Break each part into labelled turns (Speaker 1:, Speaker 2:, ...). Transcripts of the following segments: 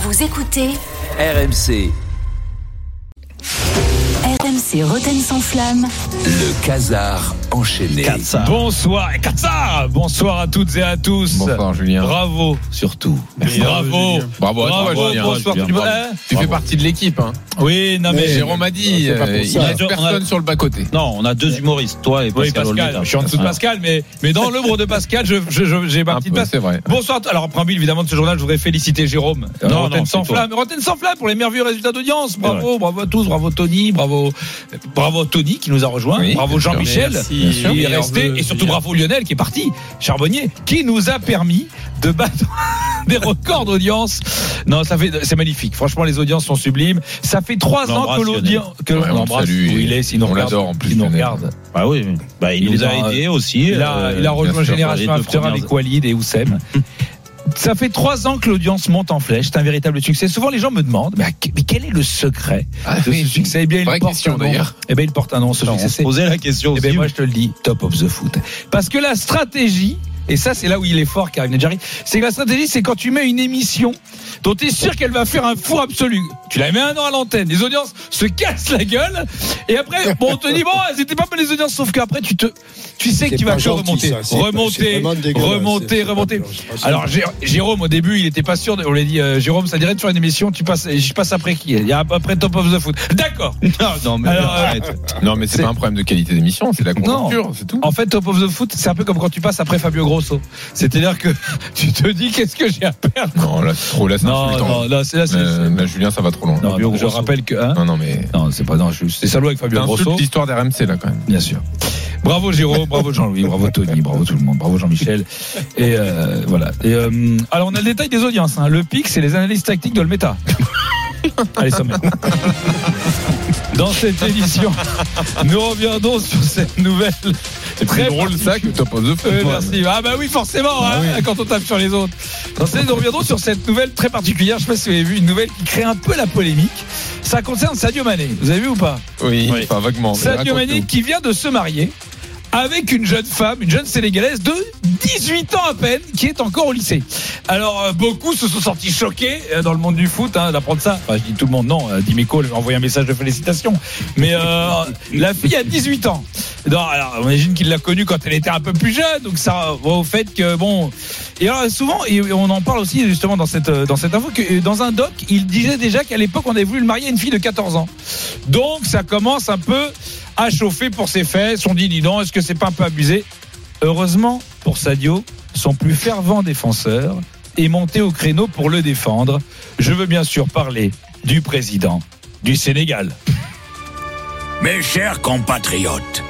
Speaker 1: Vous écoutez
Speaker 2: RMC,
Speaker 1: RMC Roten sans flamme.
Speaker 2: le casar enchaîné.
Speaker 3: Bonsoir, et Katsar Bonsoir à toutes et à tous.
Speaker 4: Bonsoir Julien.
Speaker 3: Bravo, surtout. Bravo.
Speaker 4: Bravo à toi, Julien.
Speaker 3: bonsoir.
Speaker 4: Julien,
Speaker 3: tout le monde.
Speaker 4: bravo.
Speaker 3: Hein
Speaker 4: Tu fais partie de l'équipe. Hein.
Speaker 3: oui, non, mais.
Speaker 5: Mais-
Speaker 4: Jérôme a dit,
Speaker 5: c'est pas pour ça.
Speaker 4: euh, il reste
Speaker 3: On a-
Speaker 4: personne sur le bas-côté.
Speaker 6: Non, on a deux humoristes, toi et
Speaker 3: Oui,
Speaker 6: Pascal,
Speaker 3: Pascal.
Speaker 6: Olmeta. Ah.
Speaker 3: Je suis en dessous de Pascal, mais, mais dans l'ombre de Pascal, j'ai je, je- j'ai ma
Speaker 4: Un
Speaker 3: petite
Speaker 4: peu,
Speaker 3: place.
Speaker 4: Ah, bah, C'est vrai.
Speaker 3: Bonsoir. à toi. Alors, en préambule, évidemment, de ce journal, je voudrais féliciter Jérôme. Euh,
Speaker 6: Non,
Speaker 3: Non,
Speaker 6: non,
Speaker 3: Rotten
Speaker 6: c'est
Speaker 3: sans
Speaker 6: toi.
Speaker 3: flamme. Rotten sans flamme pour les merveilleux résultats d'audience.
Speaker 6: C'est
Speaker 3: Bravo, bravo à tous. Bravo Tony, bravo, bravo Tony qui nous a rejoint.
Speaker 4: Oui,
Speaker 3: bravo
Speaker 4: bien sûr.
Speaker 3: Jean-Michel.
Speaker 4: Bien
Speaker 3: qui
Speaker 4: sûr.
Speaker 3: est resté. Et surtout bravo Lionel qui est parti. Charbonnier qui nous a permis de battre des records d'audience. Non, ça fait, c'est magnifique. Franchement, les audiences sont sublimes. Ça fait trois
Speaker 6: On
Speaker 3: ans que
Speaker 6: l'embrasse,
Speaker 3: l'audience, que
Speaker 4: Ouais, on le salue
Speaker 3: où
Speaker 4: et
Speaker 3: il est, s'il nous
Speaker 4: on
Speaker 3: regarde.
Speaker 4: l'adore en plus,
Speaker 3: Il nous
Speaker 4: Lionel.
Speaker 3: regarde.
Speaker 6: Bah oui, oui. Bah, il,
Speaker 3: Il
Speaker 6: nous a
Speaker 3: est dans-
Speaker 6: aidés aussi.
Speaker 3: Il a,
Speaker 6: euh,
Speaker 3: il a rejoint
Speaker 4: bien sûr,
Speaker 3: Génération
Speaker 6: les deux
Speaker 3: After
Speaker 6: premières-
Speaker 3: avec Walid et Oussem. Ça fait trois ans que l'audience monte en flèche. C'est un véritable succès. Souvent, les gens me demandent, mais, à- mais quel est le secret
Speaker 4: Ah,
Speaker 3: de
Speaker 4: oui,
Speaker 3: ce succès Eh bien, il
Speaker 4: vraie
Speaker 3: porte
Speaker 4: question,
Speaker 3: un nom.
Speaker 4: d'ailleurs.
Speaker 3: Eh bien, il porte un nom, ce
Speaker 6: on
Speaker 3: succès.
Speaker 6: se
Speaker 3: C'est-
Speaker 6: posait la question
Speaker 3: eh
Speaker 6: aussi.
Speaker 3: bien, moi, je te le dis, top of the foot. Parce que la stratégie, et ça, c'est là où il est fort, Karim Nedjari, c'est que la stratégie, c'est quand tu mets une émission dont tu es sûr qu'elle va faire un fou absolu. Tu la mets un an à l'antenne, les audiences se cassent la guelle, et après, bon, on te dit, bon, elles étaient pas mal les audiences, sauf qu'après, tu te, tu sais que
Speaker 5: C'est
Speaker 3: tu vas
Speaker 5: pas
Speaker 3: te
Speaker 5: gentil,
Speaker 3: remonter,
Speaker 5: ça, c'est- c'est
Speaker 3: remonter,
Speaker 5: vraiment dégueulasse,
Speaker 3: remonter,
Speaker 5: c'est- c'est
Speaker 3: remonter.
Speaker 5: pas bien, c'est pas
Speaker 3: Alors, Jé- Jérôme, au début, il n'était pas sûr, de- on lui a dit, euh, Jérôme, ça dirait de faire une émission, tu passes, je passe après qui? Il y a après top of the foot. D'accord.
Speaker 6: Non, non, mais
Speaker 3: Alors, euh,
Speaker 6: arrête.
Speaker 4: Non, mais c'est pas un problème de qualité d'émission, c'est de la conjoncture, c'est tout.
Speaker 3: En fait, Top of the Foot, c'est un peu comme quand tu passes après Fabio Grosso. C'est-à-dire que tu te dis, qu'est-ce que j'ai à perdre
Speaker 4: Non, là, c'est trop, là, c'est
Speaker 3: Non,
Speaker 4: insultant.
Speaker 3: non, là, c'est là, c'est.
Speaker 4: Euh, Là, Julien, ça va trop loin.
Speaker 3: non,
Speaker 6: Fabio
Speaker 3: je
Speaker 6: Grosso.
Speaker 3: rappelle que. hein
Speaker 4: Non, non, mais.
Speaker 3: non, c'est pas. Non, je- c'est salaud avec Fabio Grosso.
Speaker 4: T'insultes l'histoire d'RMC, là, quand même.
Speaker 3: Bien sûr. Bravo Jérôme, bravo Jean-Louis, bravo Tony, bravo tout le monde, bravo Jean-Michel. Et euh, voilà. Et, euh, alors on a le détail des audiences. hein. Le pic, c'est les analyses tactiques de méta. Allez, sommet. Dans cette édition, nous reviendrons sur cette nouvelle.
Speaker 4: C'est
Speaker 3: très
Speaker 4: plus drôle, ça, que Top of the
Speaker 3: Euh,
Speaker 4: Foot.
Speaker 3: merci. Ah bah oui, forcément, hein, quand on tape sur les autres. Dans cette, nous reviendrons sur cette nouvelle très particulière. Je sais pas si vous avez vu une nouvelle qui crée un peu la polémique. Ça concerne Sadio Mané. Vous avez vu ou pas
Speaker 4: Oui,
Speaker 6: Oui.
Speaker 4: enfin, vaguement. mais
Speaker 3: Sadio Mané
Speaker 4: raconte-nous.
Speaker 3: qui vient de se marier avec une jeune femme, une jeune Sénégalaise de 18 ans à peine, qui est encore au lycée. Alors, euh, beaucoup se sont sentis choqués euh, dans le monde du foot hein, d'apprendre ça. Enfin, je dis tout le monde, non, euh, Dimeco lui a envoyé un message de félicitations. Mais euh, la fille a 18 ans. Non, alors, on imagine qu'il l'a connue quand elle était un peu plus jeune, donc ça va au fait que, bon... Et alors, souvent, et on en parle aussi justement dans cette, euh, dans cette info, que euh, dans un doc, il disait déjà qu'à l'époque, on avait voulu le marier à une fille de 14 ans. Donc ça commence un peu à chauffer pour ses fesses. On dit, dis donc, est-ce que c'est pas un peu abusé Heureusement pour Sadio, son plus fervent défenseur est monté au créneau pour le défendre. Je veux bien sûr parler du président du Sénégal.
Speaker 7: Mes chers compatriotes,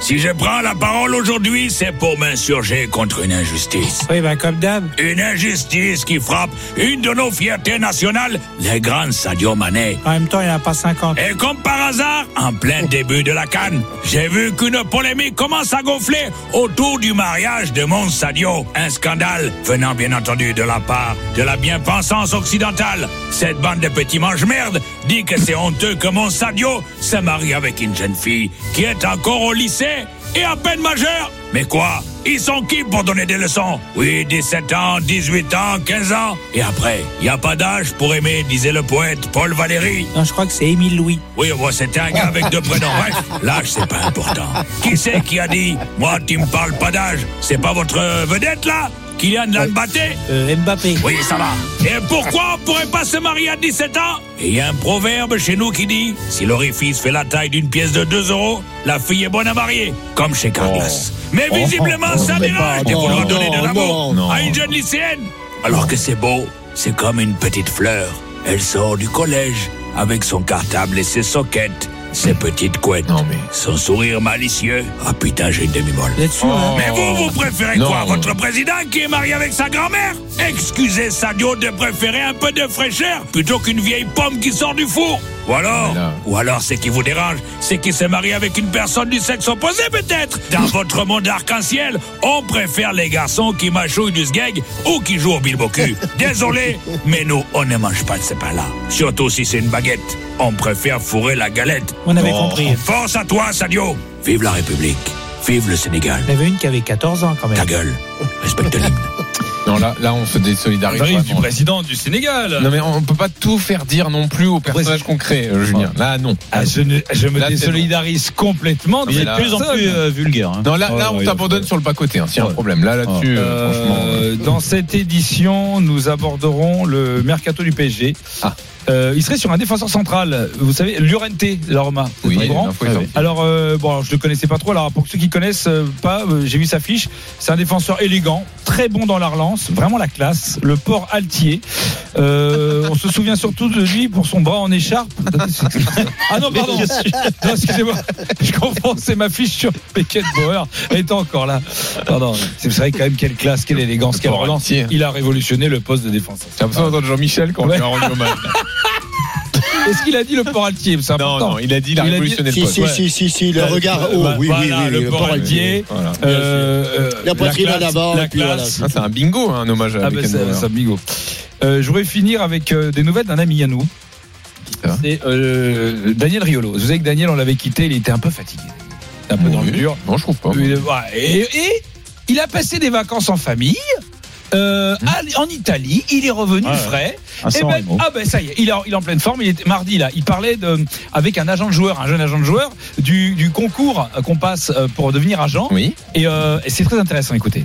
Speaker 7: si je prends la parole aujourd'hui, c'est pour m'insurger contre une injustice.
Speaker 3: Oui, ben comme d'hab.
Speaker 7: Une injustice qui frappe une de nos fiertés nationales, les grandes Sadio Mané.
Speaker 3: En même temps, il n'y a pas 50.
Speaker 7: Et comme par hasard, en plein début de la canne, j'ai vu qu'une polémique commence à gonfler autour du mariage de mon Sadio. Un scandale venant bien entendu de la part de la bien-pensance occidentale. Cette bande de petits mange-merde dit que c'est honteux que mon Sadio se marie avec une jeune fille qui est encore au lycée et à peine majeure. Mais quoi Ils sont qui pour donner des leçons Oui, 17 ans, 18 ans, 15 ans. Et après, il n'y a pas d'âge pour aimer, disait le poète Paul Valéry.
Speaker 3: Non, je crois que c'est Émile Louis.
Speaker 7: Oui, bon, c'était un gars avec deux prénoms. Bref, l'âge, c'est pas important. Qui c'est qui a dit Moi, tu me parles pas d'âge. C'est pas votre euh, vedette, là Kylian Lambaté
Speaker 3: euh, Mbappé.
Speaker 7: Oui, ça va. Et pourquoi on pourrait pas se marier à 17 ans Et il y a un proverbe chez nous qui dit Si l'orifice fait la taille d'une pièce de 2 euros, la fille est bonne à marier. Comme chez Carglass. Oh. Mais visiblement, ça dérange de
Speaker 5: non,
Speaker 7: vouloir donner de
Speaker 5: non,
Speaker 7: l'amour
Speaker 4: non.
Speaker 7: à une jeune lycéenne. Alors que c'est beau, c'est comme une petite fleur. Elle sort du collège avec son cartable et ses soquettes. ses petites couettes.
Speaker 4: Non, mais-
Speaker 7: Son sourire malicieux. Ah putain, j'ai une demi-molle.
Speaker 4: Oh.
Speaker 7: Mais vous, hein? vous préférez
Speaker 4: Non.
Speaker 7: quoi Votre président qui est marié avec sa grand-mère Excusez Sadio de préférer un peu de fraîcheur plutôt qu'une vieille pomme qui sort du four Ou alors
Speaker 4: Mais là-
Speaker 7: Ou alors c'est qui vous dérange C'est qu'il s'est marié avec une personne du sexe opposé peut-être Dans votre monde arc-en-ciel, on préfère les garçons qui mâchouillent du sgeg ou qui jouent au bilbocu. Désolé, mais nous, on ne mange pas de ces pains-là. Surtout si c'est une baguette. On préfère fourrer la galette.
Speaker 5: On avait
Speaker 6: Oh.
Speaker 5: compris.
Speaker 7: Force à toi, Sadio Vive la République Vive le Sénégal
Speaker 3: Eh
Speaker 5: Il y
Speaker 3: ben.
Speaker 5: en avait une qui avait 14 ans quand même.
Speaker 7: ta gueule, respecte l'hymne.
Speaker 4: Non, là, là, on se désolidarise.
Speaker 3: Arrive du
Speaker 4: vraiment.
Speaker 3: président du Sénégal.
Speaker 4: Non, mais on peut pas tout faire dire non plus au personnage concret, euh, Julien. Là, non.
Speaker 3: Ah, je, ne- je me
Speaker 4: Là, c'est
Speaker 3: désolidarise complètement
Speaker 4: Mais
Speaker 3: des
Speaker 4: là-
Speaker 6: De plus en
Speaker 3: personnes.
Speaker 6: plus euh, vulgaire. hein.
Speaker 4: Non, là, là,
Speaker 3: Ouais,
Speaker 4: on
Speaker 3: ouais,
Speaker 4: t'abandonne sur le pas-côté, hein, s'il y a un
Speaker 6: Ouais.
Speaker 4: problème. Là, là-dessus, euh,
Speaker 3: Euh,
Speaker 4: franchement. euh,
Speaker 3: dans cette édition, nous aborderons le mercato du PSG.
Speaker 4: Ah.
Speaker 3: Euh, il serait sur un défenseur central, vous savez, Llorente, la Roma. C'est
Speaker 4: Oui,
Speaker 3: un grand.
Speaker 4: l'info est sortie.
Speaker 3: Alors, euh, bon, alors, je ne le connaissais pas trop. Alors, pour ceux qui connaissent euh, pas, euh, j'ai vu sa fiche. C'est un défenseur élégant, très bon dans la relance, vraiment la classe, le port altier. Euh, on se souvient surtout de lui pour son bras en écharpe. ah non, pardon. Non, excusez-moi. Je comprends, c'est ma fiche sur Beckenbauer. Elle était encore là. Pardon. C'est vrai quand même quelle classe, quelle élégance, quelle
Speaker 4: port
Speaker 3: relance.
Speaker 4: altier.
Speaker 3: Il a révolutionné le poste de défense.
Speaker 4: T'as besoin d'entendre Jean-Michel quand on
Speaker 3: Ouais.
Speaker 4: lui a rendu hommage.
Speaker 3: Est-ce qu'il a dit le port altier C'est
Speaker 4: Non,
Speaker 3: important.
Speaker 4: non, il a dit, il a
Speaker 3: Il a dit-
Speaker 4: révolutionné
Speaker 8: Si,
Speaker 4: le
Speaker 8: si,
Speaker 4: poste.
Speaker 8: si, si, si, le
Speaker 3: Bah,
Speaker 8: regard
Speaker 3: bah,
Speaker 8: haut, Oh, oui, oui,
Speaker 3: voilà,
Speaker 8: oui,
Speaker 3: le
Speaker 8: oui, le
Speaker 3: port
Speaker 8: port
Speaker 3: altier.
Speaker 4: Voilà.
Speaker 3: Euh, euh,
Speaker 8: La poitrine en
Speaker 3: classe,
Speaker 8: avant,
Speaker 3: La
Speaker 8: et puis
Speaker 3: classe.
Speaker 4: Ah, c'est un bingo, hein, un hommage à
Speaker 3: Ah ben,
Speaker 4: Beckenbauer.
Speaker 3: c'est c'est un bigot. Euh, je voudrais finir avec euh, des nouvelles d'un ami à nous.
Speaker 4: ça
Speaker 3: C'est euh, Daniel Riolo. Je vous savez que Daniel, on l'avait quitté, il était un peu fatigué. Un peu dans le
Speaker 4: Oui. Ah
Speaker 3: dur.
Speaker 4: Non, je trouve pas.
Speaker 3: Oui, ouais, Et, et il a passé des vacances en famille. euh, à- en Italie, il est revenu
Speaker 6: Ah ouais.
Speaker 3: frais.
Speaker 6: Ah,
Speaker 3: Et
Speaker 6: sans
Speaker 3: ben,
Speaker 6: les mots.
Speaker 3: ah ben ça y est, il est, en- il est en pleine forme. Il était mardi là. Il parlait de, avec un agent de joueur, un jeune agent de joueur, du, du concours qu'on passe euh, pour devenir agent.
Speaker 4: Oui.
Speaker 3: Et, euh, et c'est très intéressant. Écoutez.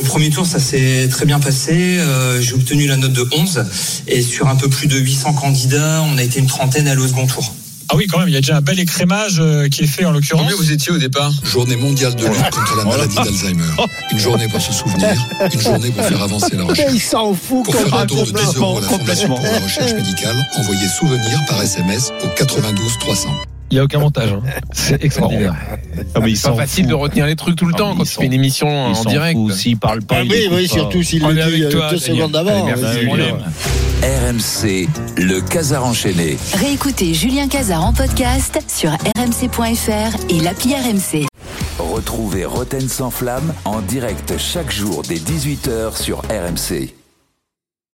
Speaker 9: Au premier tour, ça s'est très bien passé. Euh, J'ai obtenu la note de 11. Et sur un peu plus de 800 candidats, on a été une trentaine à l'eau second tour.
Speaker 3: Ah oui, quand même, il y a déjà un bel écrémage euh, qui est fait en l'occurrence.
Speaker 10: vous étiez au départ
Speaker 11: Journée mondiale de lutte contre la maladie d'Alzheimer. Une journée pour se souvenir, une journée pour faire avancer la
Speaker 8: Mais
Speaker 11: recherche.
Speaker 8: il s'en fout
Speaker 11: Pour faire un don de 10 euros à la Fondation
Speaker 8: complètement.
Speaker 11: pour la recherche médicale, envoyez souvenir par SMS au 92 300.
Speaker 3: Il n'y a aucun montage. hein. C'est extraordinaire.
Speaker 6: Ah, mais il
Speaker 4: C'est pas
Speaker 6: s'en
Speaker 4: facile
Speaker 6: fout.
Speaker 4: de retenir les trucs tout le
Speaker 6: Ah,
Speaker 4: temps
Speaker 6: mais
Speaker 4: quand
Speaker 6: ils
Speaker 4: tu
Speaker 6: s'en-
Speaker 4: fais une émission
Speaker 6: Il
Speaker 4: en
Speaker 6: s'en
Speaker 4: direct.
Speaker 6: fout. S'il parle
Speaker 8: Ah
Speaker 6: pas, il
Speaker 8: oui,
Speaker 6: écoute
Speaker 8: oui,
Speaker 6: pas.
Speaker 8: surtout s'il
Speaker 3: On
Speaker 8: le
Speaker 3: est avec
Speaker 8: dit euh,
Speaker 3: toi,
Speaker 8: deux
Speaker 3: Daniel.
Speaker 8: secondes avant.
Speaker 4: Allez, merci,
Speaker 8: Ouais.
Speaker 6: Julien.
Speaker 4: Julien.
Speaker 2: RMC, le Casar enchaîné.
Speaker 1: Réécoutez Julien Cazard en podcast sur rmc.fr et l'appli RMC.
Speaker 2: Retrouvez Roten sans flamme en direct chaque jour dès 18h sur RMC.